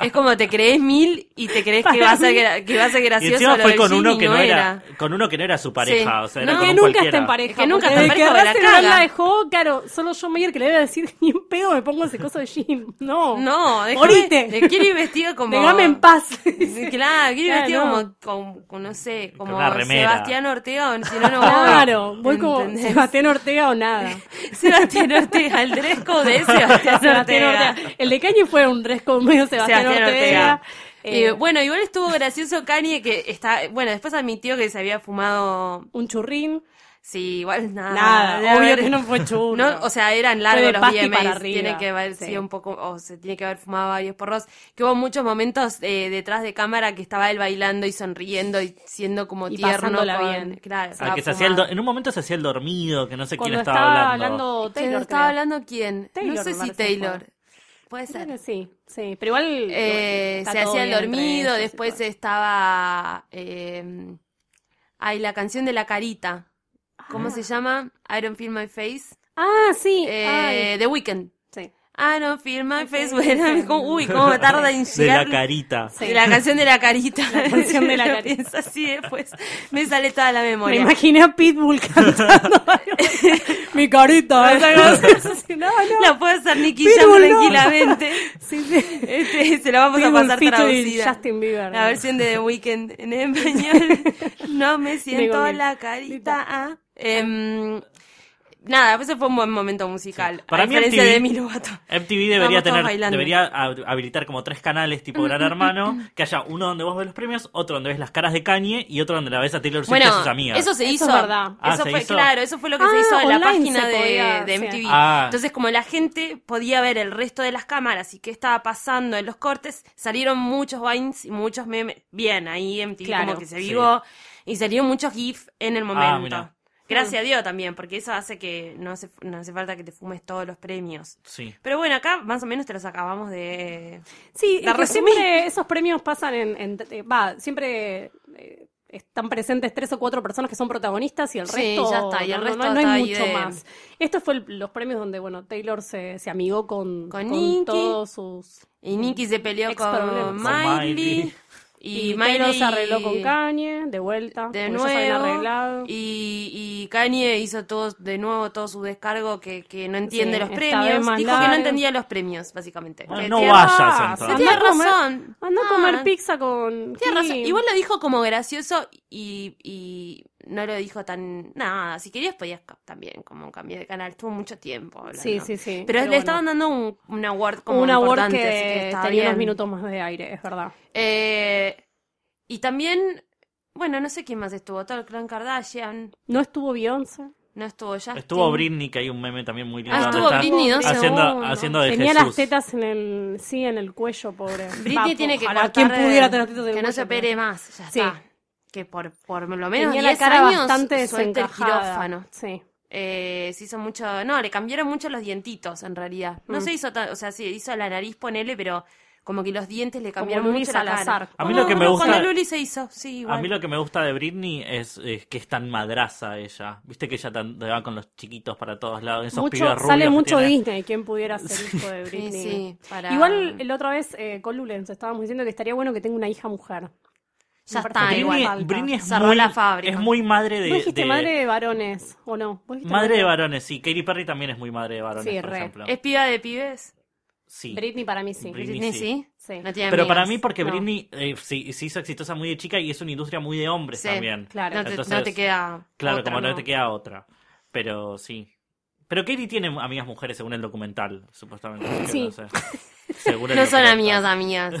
D: es como te crees mil y te crees que va a ser, gra- que va a ser
E: Y
D: gracioso.
E: encima
D: lo
E: fue
D: del
E: con
D: jean
E: uno
D: y
E: que no
D: no
E: era, con uno que no era su pareja,
D: Sí.
E: o sea, era
D: No,
E: con
A: que
E: un
A: nunca
E: cualquiera.
A: está en pareja.
D: Es que nunca
A: porque
D: está en
A: desde
D: pareja,
A: que
D: pero la
A: Russell Brand
D: caga.
A: la dejó, claro, solo yo Mayer que le voy a decir (laughs) ni en pedo me pongo ese coso de jean. No.
D: No, déjame,
A: Morite.
D: te quiero ir vestido como.
A: Déjame en
D: (laughs)
A: paz.
D: Claro, quiero ir
A: Claro,
D: vestido
A: no.
D: como, como, como, no sé, como
E: una remera.
D: Sebastián Ortega, o si no, no voy.
A: Claro, voy como
D: ¿Entendés?
A: Sebastián Ortega o nada.
D: (laughs) Sebastián Ortega, el dresco (laughs) de Sebastián
A: Sebastián
D: Ortega.
A: Ortega. El de Kanye fue un resco medio Sebastián,
D: Sebastián
A: Ortega.
D: Ortega.
A: Eh,
D: Eh, bueno, igual estuvo gracioso Kanye que está, bueno, después admitió que se había fumado,
A: un churrín.
D: sí, igual nada.
A: Nada,
D: Debe
A: obvio
D: haber-
A: que no fue churro.
D: No, o sea, eran
A: Fue
D: largos
A: de
D: los
A: pasti para
D: VMAs,
A: arriba,
D: tiene que haber
A: sí.
D: sido un poco, o se tiene que haber fumado varios porros, que hubo muchos momentos eh, detrás de cámara que estaba él bailando y sonriendo y siendo como
A: Y
D: tierno.
A: pasándola
D: con-
A: bien.
D: Claro,
E: Ah,
D: estaba
E: que se hacía el do-
D: fumado.
E: en un momento se hacía el dormido, que no sé
A: cuando
E: quién
A: estaba,
E: estaba,
A: hablando,
D: Pero
A: Oh, Taylor. creo.
D: estaba hablando quién, no
A: Taylor,
D: sé
A: me
D: si
A: parece que
D: Taylor.
A: fue.
D: Puede
A: Creo
D: ser.
A: que sí, sí. Pero igual
D: Eh,
A: está
D: se
A: todo
D: hacía el
A: bien entre
D: dormido,
A: ellos y
D: después
A: todo eso.
D: estaba. eh, ay, la canción de la carita. ¿Cómo se llama? I don't feel my face.
A: Ah, sí.
D: Eh,
A: ay,
D: The Weeknd.
A: sí.
D: I don't feel my
A: Ok,
D: face.
A: ok.
D: (laughs) Bueno, como- uy, cómo tarda en
E: (laughs) de
D: llegar.
E: la carita.
A: Sí.
D: De la canción de la carita.
A: La canción de la
D: (laughs) Lo
A: carita.
D: pienso así después. Me sale toda la
A: Me
D: memoria.
A: imaginé a Pitbull cantando.
D: (laughs)
A: Mi carita.
D: Esa
A: ¿eh? No, no.
D: La puede hacer Nicky Jam
A: Pitbull, no.
D: (laughs) tranquilamente.
A: Sí, sí.
D: Este, se la vamos a
A: Pitbull
D: pasar
A: featuring
D: traducida.
A: Justin Bieber.
D: La versión de The Weeknd
A: (laughs)
D: en español. No me siento
A: Digo,
D: la
A: Lita.
D: carita. ah. Em, nada, ese fue un buen momento musical.
E: Sí. Para
D: a
E: mí
D: diferencia
E: MTV
D: de mi novato.
E: MTV debería
D: Vamos todos
E: tener
D: bailando.
E: debería hab- habilitar como tres canales tipo Gran Hermano, que haya uno donde vos ves los premios, otro donde ves las caras de Kanye y otro donde la ves a Taylor Swift y a sus amigas.
D: eso se
A: Eso
D: hizo.
A: es verdad.
E: Ah,
D: Eso
E: ¿se
D: fue,
E: hizo?
D: claro, eso fue lo que se
A: Ah,
D: hizo en la
A: online
D: página
A: se podía,
D: de, de
A: sí.
D: MTV.
E: Ah.
D: Entonces, como la gente podía ver el resto de las cámaras y qué estaba pasando en los cortes, salieron muchos vines y muchos memes. Bien, ahí MTV
A: Claro.
D: como que se
E: Sí. Ah,
D: vivó. Y salieron muchos GIF en el momento.
E: mira.
A: Ah.
D: Gracias a Dios también, porque eso hace que no hace, no hace falta que te fumes todos los premios.
E: Sí.
D: Pero bueno, acá más o menos te los acabamos de...
A: Sí,
D: La
A: es que
D: resumí.
A: siempre esos premios pasan en. en- eh, va, siempre eh, están presentes tres o cuatro personas que son protagonistas y el
D: Sí,
A: resto.
D: ya está, y
A: no-
D: el
A: no-
D: resto
A: no,
D: está
A: hay
D: ahí
A: mucho
D: de-
A: más. Estos fueron los premios donde, bueno, Taylor se, se amigó con,
D: Con Nicki.
A: todos sus.
D: Y Nicky se peleó
A: Ex
D: con
A: problemas.
E: Con
D: Miley.
E: Miley.
D: Y,
A: Taylor
D: Miley
A: se arregló con Kanye, de vuelta.
D: de
A: porque ya se habían
D: nuevo
A: arreglado.
D: y, y Kanye hizo todo de nuevo todo su descargo que, que no entiende
A: Sí,
D: los
A: esta vez
D: premios
A: más
D: dijo que
A: largo.
D: no entendía los premios básicamente
E: Bueno,
D: Que
E: no
D: tiene-
E: vayas
A: Ah,
E: entonces.
A: andá a
D: Tiene
A: comer-
D: razón.
A: Andá a
D: Ah.
A: comer pizza con.
D: tiene razón
A: Kim.
D: igual lo dijo como gracioso y, y no lo dijo tan nada si querías podías ca- también como un cambio de canal tuvo mucho tiempo hablando.
A: Sí, sí, sí.
D: pero, le
A: bueno,
D: estaban dando un, un award como
A: un award
D: importante,
A: que,
D: así que estaba
A: tenía unos
D: bien.
A: minutos más de aire, es verdad.
D: Eh, y también bueno no sé quién más estuvo todo el clan Kardashian
A: No estuvo Beyoncé.
D: no estuvo ya
E: Estuvo Britney, que hay un meme también muy lindo.
D: Ah,
E: donde
D: estuvo
E: está
D: Britney dos
E: haciendo,
D: segundos.
E: haciendo de
A: Tenía
E: Jesús.
A: las tetas en el, sí, en el cuello, pobre.
D: (laughs) Britney tiene que
A: Para
D: cortar
A: quien
D: de-
A: pudiera tener tetas en el
D: que no se
A: cuello, pero-
D: opere más, ya
A: Sí.
D: está. Que por, por lo menos
A: Tenía la
D: 10
A: cara
D: años
A: bastante
D: suelte el
A: desencajada.
D: quirófano.
A: Sí.
D: Eh, se hizo mucho, no, le cambiaron mucho los dientitos en realidad. No
A: Mm.
D: se hizo, tan- o sea, se hizo la nariz ponele, pero como que los dientes le
A: Como
D: cambiaron
A: Luli
D: mucho la
A: Salazar.
D: cara.
E: A mí
D: Como-
E: lo que me
D: como
E: gusta-
D: Cuando Luli se hizo, sí, igual.
E: A mí lo que me gusta de Britney es, eh, que es tan madraza ella. Viste que ella tan- va con los chiquitos para todos lados, esos
A: Mucho-
E: pibes rubios
A: sale
E: que
A: mucho
E: tiene.
A: Disney, quien pudiera ser hijo de
D: Sí,
A: Britney.
D: sí, para-
A: Igual la otra vez eh, con Lulens estábamos diciendo que estaría bueno que tenga una hija mujer.
D: Ya
A: Me
D: está,
A: parece que
D: igual.
E: Britney,
A: falta.
E: Britney es,
D: Cerró
E: muy,
D: la fábrica.
E: es muy madre de,
A: Vos dijiste
E: de-
A: madre de varones, ¿o no? ¿Vos dijiste
E: madre de varones, sí. Katy Perry también es muy madre de varones,
A: Sí,
E: por
A: re.
E: ejemplo.
D: ¿Es piba de pibes?
E: Sí.
A: Britney para mí sí.
E: Britney,
D: Britney,
E: sí.
D: sí.
A: Sí,
D: No tiene
E: Pero para mí
D: amigas.
E: porque
A: no.
E: Britney eh, sí- se hizo exitosa muy de chica y es una industria muy de hombres
D: Sí,
E: también.
A: claro.
D: No te,
E: Entonces-
D: no te queda.
E: Claro,
D: otra,
E: como no te queda otra. Pero sí. Pero Katie tiene amigas mujeres según el documental, supuestamente. así que
A: Sí.
E: No, sé. Según el
D: No son
E: documental.
D: amigas,
A: (laughs)
D: amigas.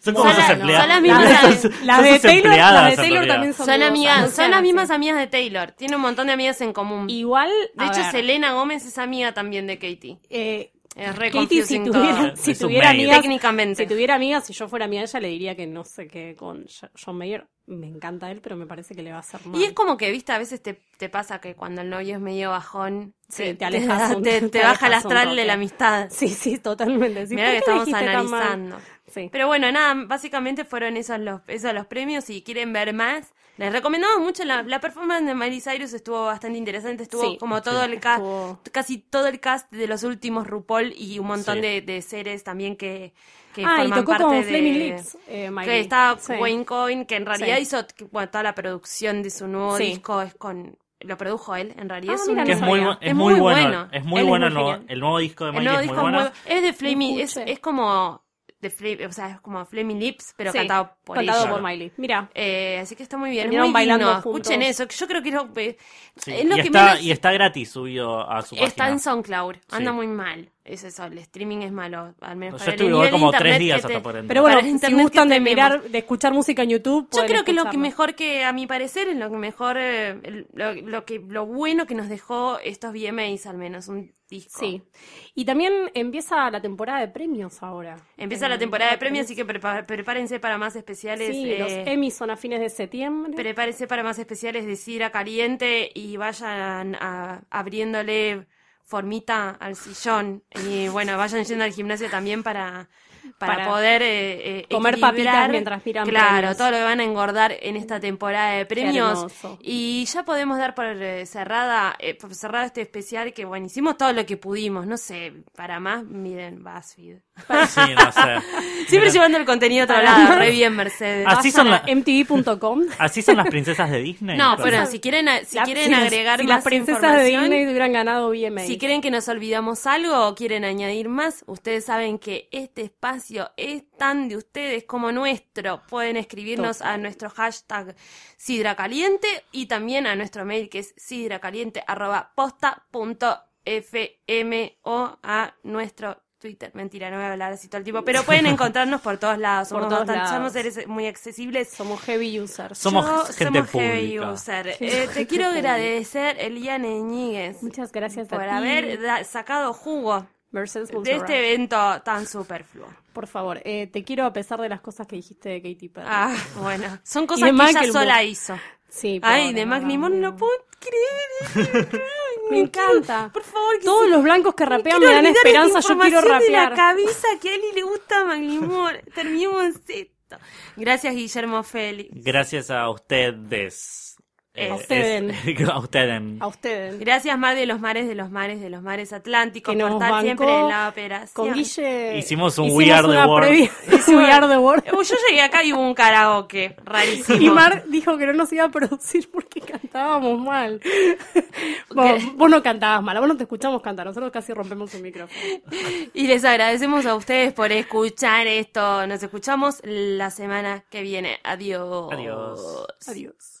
E: Son como
D: Son
E: sus
D: la-
E: empleadas.
D: son las
A: mismas-
E: Son sus-
A: Las
E: son
A: de
E: sus
A: Taylor,
E: empleadas,
A: las de
E: en
A: Taylor
E: realidad.
A: también son,
D: Son,
A: dudosas,
D: amigas,
A: o sea,
D: son las
A: sí.
D: mismas amigas de Taylor. Tiene un montón de amigas en común.
A: Igual,
D: de
A: a
D: hecho,
A: ver,
D: Selena Gómez es amiga también de Katie.
A: eh,
D: Es re
A: Katie, si
D: confusing
A: tuviera,
D: todo.
A: (laughs) si
E: Es un
A: tuviera
E: mail.
A: amigas,
D: Técnicamente.
A: si tuviera amigas, si yo fuera amiga de ella, le diría que no sé qué con Jo- John Mayer. Me encanta él, pero me parece que le va a hacer mal.
D: Y es como que, viste, a veces te, te pasa que cuando el novio es medio bajón,
A: Sí,
D: te-
A: te alejas
D: te-
A: un-
D: te-
A: te
D: te baja el
A: alejas un
D: astral de
A: toque.
D: la amistad.
A: (laughs) Sí, sí, totalmente. Sí,
D: Mirá
A: ¿por qué
D: que estamos
A: dijiste tan mal?
D: analizando.
A: Sí.
D: Pero bueno, nada, básicamente fueron esos los, esos los premios. Si quieren ver más, les recomendamos mucho. La, la performance de Miley Cyrus estuvo bastante interesante. Estuvo
A: Sí.
D: como todo el cast,
A: Estuvo-
D: casi todo el cast de los últimos RuPaul y un montón
E: Sí.
D: de, de seres también que, que
A: ah, y
D: forman
A: tocó
D: parte
A: con
D: de...
A: Flaming Lips. Eh, Miley.
D: Que estaba
A: Sí.
D: Wayne Coyne, que en realidad
A: Sí.
D: hizo que, bueno, toda la producción de su nuevo
A: Sí.
D: disco. es con Lo produjo él, en realidad.
A: Ah,
D: es un-
A: mira,
E: Que es
A: no
E: muy,
A: sabía.
E: bu- es muy bueno. Es muy
A: Él es
E: bueno
A: muy
E: el, nuevo,
A: genial.
E: el nuevo disco de
D: El
E: Miley.
D: nuevo
E: es muy
D: disco es
E: bueno.
D: muy- es de Flaming,
A: Lo
D: es,
A: escuché.
D: es como de Flaming, o sea, es como Flaming Lips, pero
A: Sí,
D: cantado por
A: Cantado
D: ella.
A: por Miley. Mira,
D: Eh, así que está muy bien. Es
A: Terminaron
D: muy bailando
A: bailando
D: Escuchen
A: juntos.
D: eso. que Yo creo que no- eh,
E: Sí.
D: es lo
E: y,
D: que
E: está,
D: menos
E: y está gratis subido a su
D: está en
E: página.
D: SoundCloud. Anda
E: Sí.
D: muy mal. Es eso. El streaming es malo. Al menos
E: Yo
D: para el
E: estuve
D: nivel
E: igual
D: de
E: como
D: internet
E: tres
D: que
E: días
D: te-
E: hasta por entrar.
A: pero
D: para
A: bueno,
D: el
A: si
D: internet que
A: gustan de
D: tenemos.
A: mirar, de escuchar música en YouTube,
D: Eh, Yo
A: pueden
D: creo que lo que
A: escucharla.
D: mejor que, a mi parecer, es lo que mejor, eh, el- lo, lo que, lo bueno que nos dejó estos VMAs, al menos, un disco.
A: Sí. Y también empieza la temporada de premios ahora.
D: Empieza
A: Eh,
D: la temporada de premios, así que prepa- prepárense para más especiales.
A: Sí, los
D: eh,
A: Emmy son a fines de septiembre.
D: Prepárense para más especiales de Sidra Caliente y vayan a- abriéndole formita al sillón. Y bueno, vayan yendo al gimnasio también para, para,
A: Para
D: poder eh, eh,
A: comer
D: equilibrar.
A: papitas mientras miran
D: Claro,
A: premios.
D: todo lo que van a engordar en esta temporada de premios.
A: hermoso.
D: Y ya podemos dar por eh, cerrada eh, por cerrado este especial que, bueno, hicimos todo lo que pudimos. No sé, para más, miren BuzzFeed.
E: Sí, no sé.
D: (laughs) Siempre llevando el contenido a otro lado. Re bien, Mercedes.
E: Así
A: Pasan
E: son
A: a
E: la-
A: mtv.com.
E: Así son las princesas de Disney.
D: No,
E: entonces.
D: pero si quieren, (laughs) si
A: La-
D: quieren
A: si las-
D: agregar
A: si
D: más
A: las princesas de
D: información,
A: Disney hubieran ganado BMA.
D: Si creen que nos olvidamos algo o quieren añadir más, ustedes saben que este espacio es tan de ustedes como nuestro. Pueden escribirnos a nuestro hashtag sidracaliente y también a nuestro mail que es sidracaliente.posta.fm o a nuestro Twitter. Mentira, no voy a hablar así todo el tiempo, pero
A: (laughs)
D: pueden encontrarnos por todos lados.
A: Por
D: Somos,
A: todos
D: bastante-
A: lados.
D: somos seres muy accesibles.
A: Somos heavy users.
E: Somos
D: Yo-
E: gente
D: somos heavy
E: pública.
D: user. Eh,
A: (laughs)
D: te quiero agradecer, Eliane Ñíguez
A: Muchas gracias
D: por
A: a ti,
D: haber da- sacado jugo
A: Mercedes
D: de
A: Montserrat.
D: este evento tan superfluo.
A: Por favor, eh, te quiero a pesar de las cosas que dijiste de Katy Perry. (laughs)
D: Ah, bueno, son
A: de
D: cosas que ella
A: Michael
D: sola
A: Moore.
D: hizo.
A: sí, por
D: Ay,
A: favor,
D: de
A: es
D: Mac
A: verdad.
D: Limón no puedo
A: (laughs)
D: creer.
A: Me encanta.
D: Por favor, que
A: Todos
D: se-
A: los blancos que
D: me
A: rapean
D: quiero
A: me dan
D: olvidar esta
A: esperanza, yo quiero
D: información de
A: rapear.
D: la cabeza que a Eli le gusta a Mac Limón. Terminemos esto. Gracias, Guillermo Félix.
E: Gracias a ustedes.
D: Eh,
A: A
E: es- (laughs)
A: ustedes.
E: a
D: (laughs)
E: ustedes.
A: A ustedes.
D: Gracias, Mar de los Mares, de los Mares, de los Mares Atlánticos,
A: Que
D: por
A: nos
D: estar
A: bancó
D: siempre en la operación.
A: Con Guille
E: Hicimos un
A: hicimos
E: We Are the
A: una
E: World.
A: previa- (laughs) un We Are the World.
D: Uy, Eh, Yo llegué acá y hubo un karaoke, rarísimo.
A: Y Mar dijo que no nos iba a producir porque cantábamos mal. Vos, vos no cantabas mal, a vos no te escuchamos cantar, nosotros casi rompemos un micrófono.
D: Y les agradecemos a ustedes por escuchar esto. Nos escuchamos la semana que viene. Adiós.
E: Adiós.
A: Adiós.